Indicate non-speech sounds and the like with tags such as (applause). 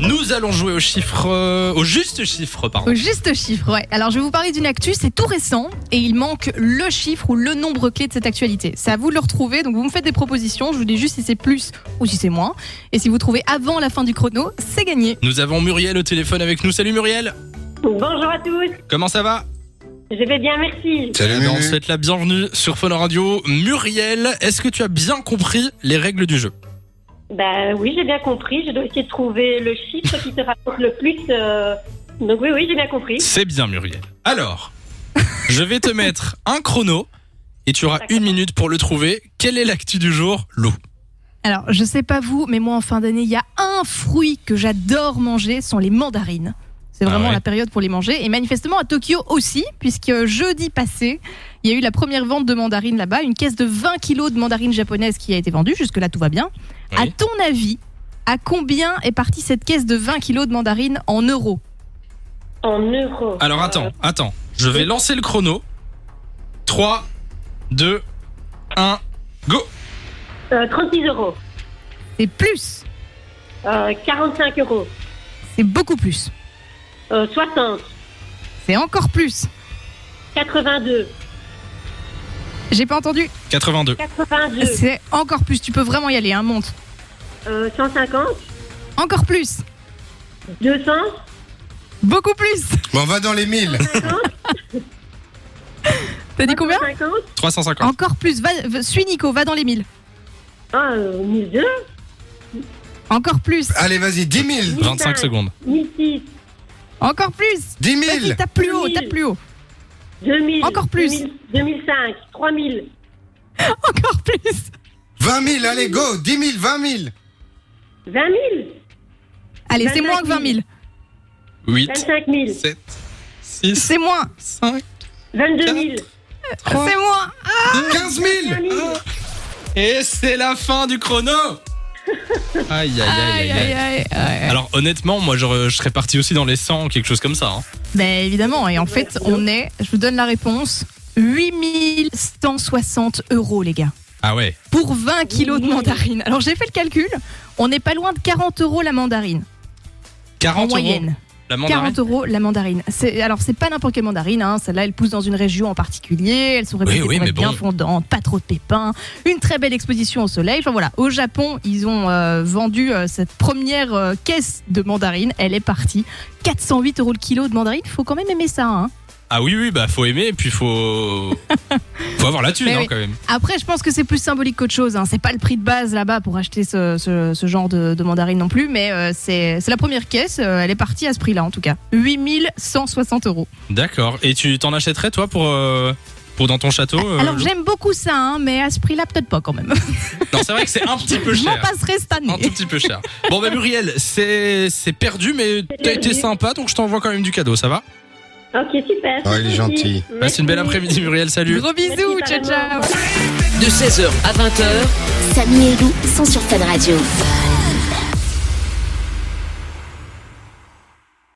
Nous allons jouer au chiffre, euh, au juste chiffre, pardon. Au juste chiffre, ouais. Alors, je vais vous parler d'une actu, c'est tout récent et il manque le chiffre ou le nombre clé de cette actualité. C'est à vous de le retrouver, donc vous me faites des propositions, je vous dis juste si c'est plus ou si c'est moins. Et si vous trouvez avant la fin du chrono, c'est gagné. Nous avons Muriel au téléphone avec nous. Salut Muriel, Bonjour à tous, comment ça va je vais bien, merci. Eh Salut, ben, On Mumu. te souhaite la bienvenue sur Phone Radio. Muriel, est-ce que tu as bien compris les règles du jeu Bah oui, j'ai bien compris, je dois essayer de trouver le chiffre qui te rapporte le plus. euh, Donc oui, oui, j'ai bien compris. C'est bien Muriel. Alors, je vais te mettre un chrono et tu auras D'accord. une minute pour le trouver. Quelle est l'actu du jour, Lou Alors, je sais pas vous, mais moi, en fin d'année, il y a un fruit que j'adore manger, ce sont les mandarines. C'est Ah vraiment ouais. la période pour les manger. Et manifestement, à Tokyo aussi, puisque euh, jeudi passé, il y a eu la première vente de mandarines là-bas, une caisse de 20 kilos de mandarines japonaises qui a été vendue. Jusque-là, tout va bien. Oui. À ton avis, à combien est partie cette caisse de 20 kilos de mandarines en euros En euros. Alors attends, attends. Je vais lancer le chrono. 3, 2, 1, go Euh, 36 euros, C'est plus euh, 45 euros, C'est beaucoup plus euh, 60, C'est encore plus 82, J'ai pas entendu 82. 82, C'est encore plus, tu peux vraiment y aller, hein, monte euh, 150, Encore plus 200, Beaucoup plus Bon, on va dans les 1000. 50, T'as dit (laughs) combien 50, 350. Encore plus, va, va- suis Nico, va dans les 1000 ah, euh, 1002, Encore plus Allez, vas-y, 10 000. 25 secondes. 1006, Ah. Encore plus 10 Vas-y, 000. tape plus haut, 1000. tape plus haut 2000, Encore plus. 2000, 2005, 3000, Encore plus 20 000, allez, go. 10 000, 20 000. 20 000, Allez, c'est moins que 20 000 8, 25 000, 7, 6, C'est moins 5, 22 000, C'est moins 15 000. 20 000. Et c'est la fin du chrono (laughs) Aïe aïe aïe aïe, aïe. aïe, aïe. Alors honnêtement, moi je, je serais parti aussi dans les 100, quelque chose comme ça. hein. Ben évidemment, et en fait, on est, je vous donne la réponse, 8160 euros, les gars, Ah ouais. pour 20 kilos de Oui. mandarines. Alors j'ai fait le calcul, on n'est pas loin de 40 euros la mandarine, 40 en euros moyenne. la mandarine. 40 euros la mandarine. C'est- Alors c'est pas n'importe quelle mandarine, hein. celle-là elle pousse dans une région en particulier, elles sont réputées oui, pour mais être bien bon. fondantes, pas trop de pépins, une très belle exposition au soleil. Enfin voilà, au Japon ils ont euh, vendu euh, cette première euh, caisse de mandarines, elle est partie. 408 euros le kilo de mandarine, faut quand même aimer ça. Hein. Ah oui oui, bah faut aimer et puis faut (laughs) faut avoir la thune Mais hein, oui. quand même. Après, je pense que c'est plus symbolique qu'autre chose. Hein. C'est pas le prix de base là-bas pour acheter ce, ce- ce genre de, de mandarine non plus, mais euh, c'est c'est la première caisse. euh, elle est partie à ce prix-là en tout cas. 8160 euros. D'accord. Et tu t'en achèterais toi pour euh, pour dans ton château euh, Alors Lou j'aime beaucoup ça, hein, mais à ce prix-là, peut-être pas quand même. Non, c'est vrai que c'est un petit (laughs) peu je m'en cher. passerai cette Un tout année. petit peu cher. Bon bah Muriel, c'est c'est perdu mais t'as été sympa donc je t'envoie quand même du cadeau, ça va Ok, super. Oh, il est gentil. Passe Ah, une belle après-midi Muriel, salut. Gros bisous, Merci, ciao ciao. Valentine. De 16h à 20h, Samy et Lou sont sur Fun Radio.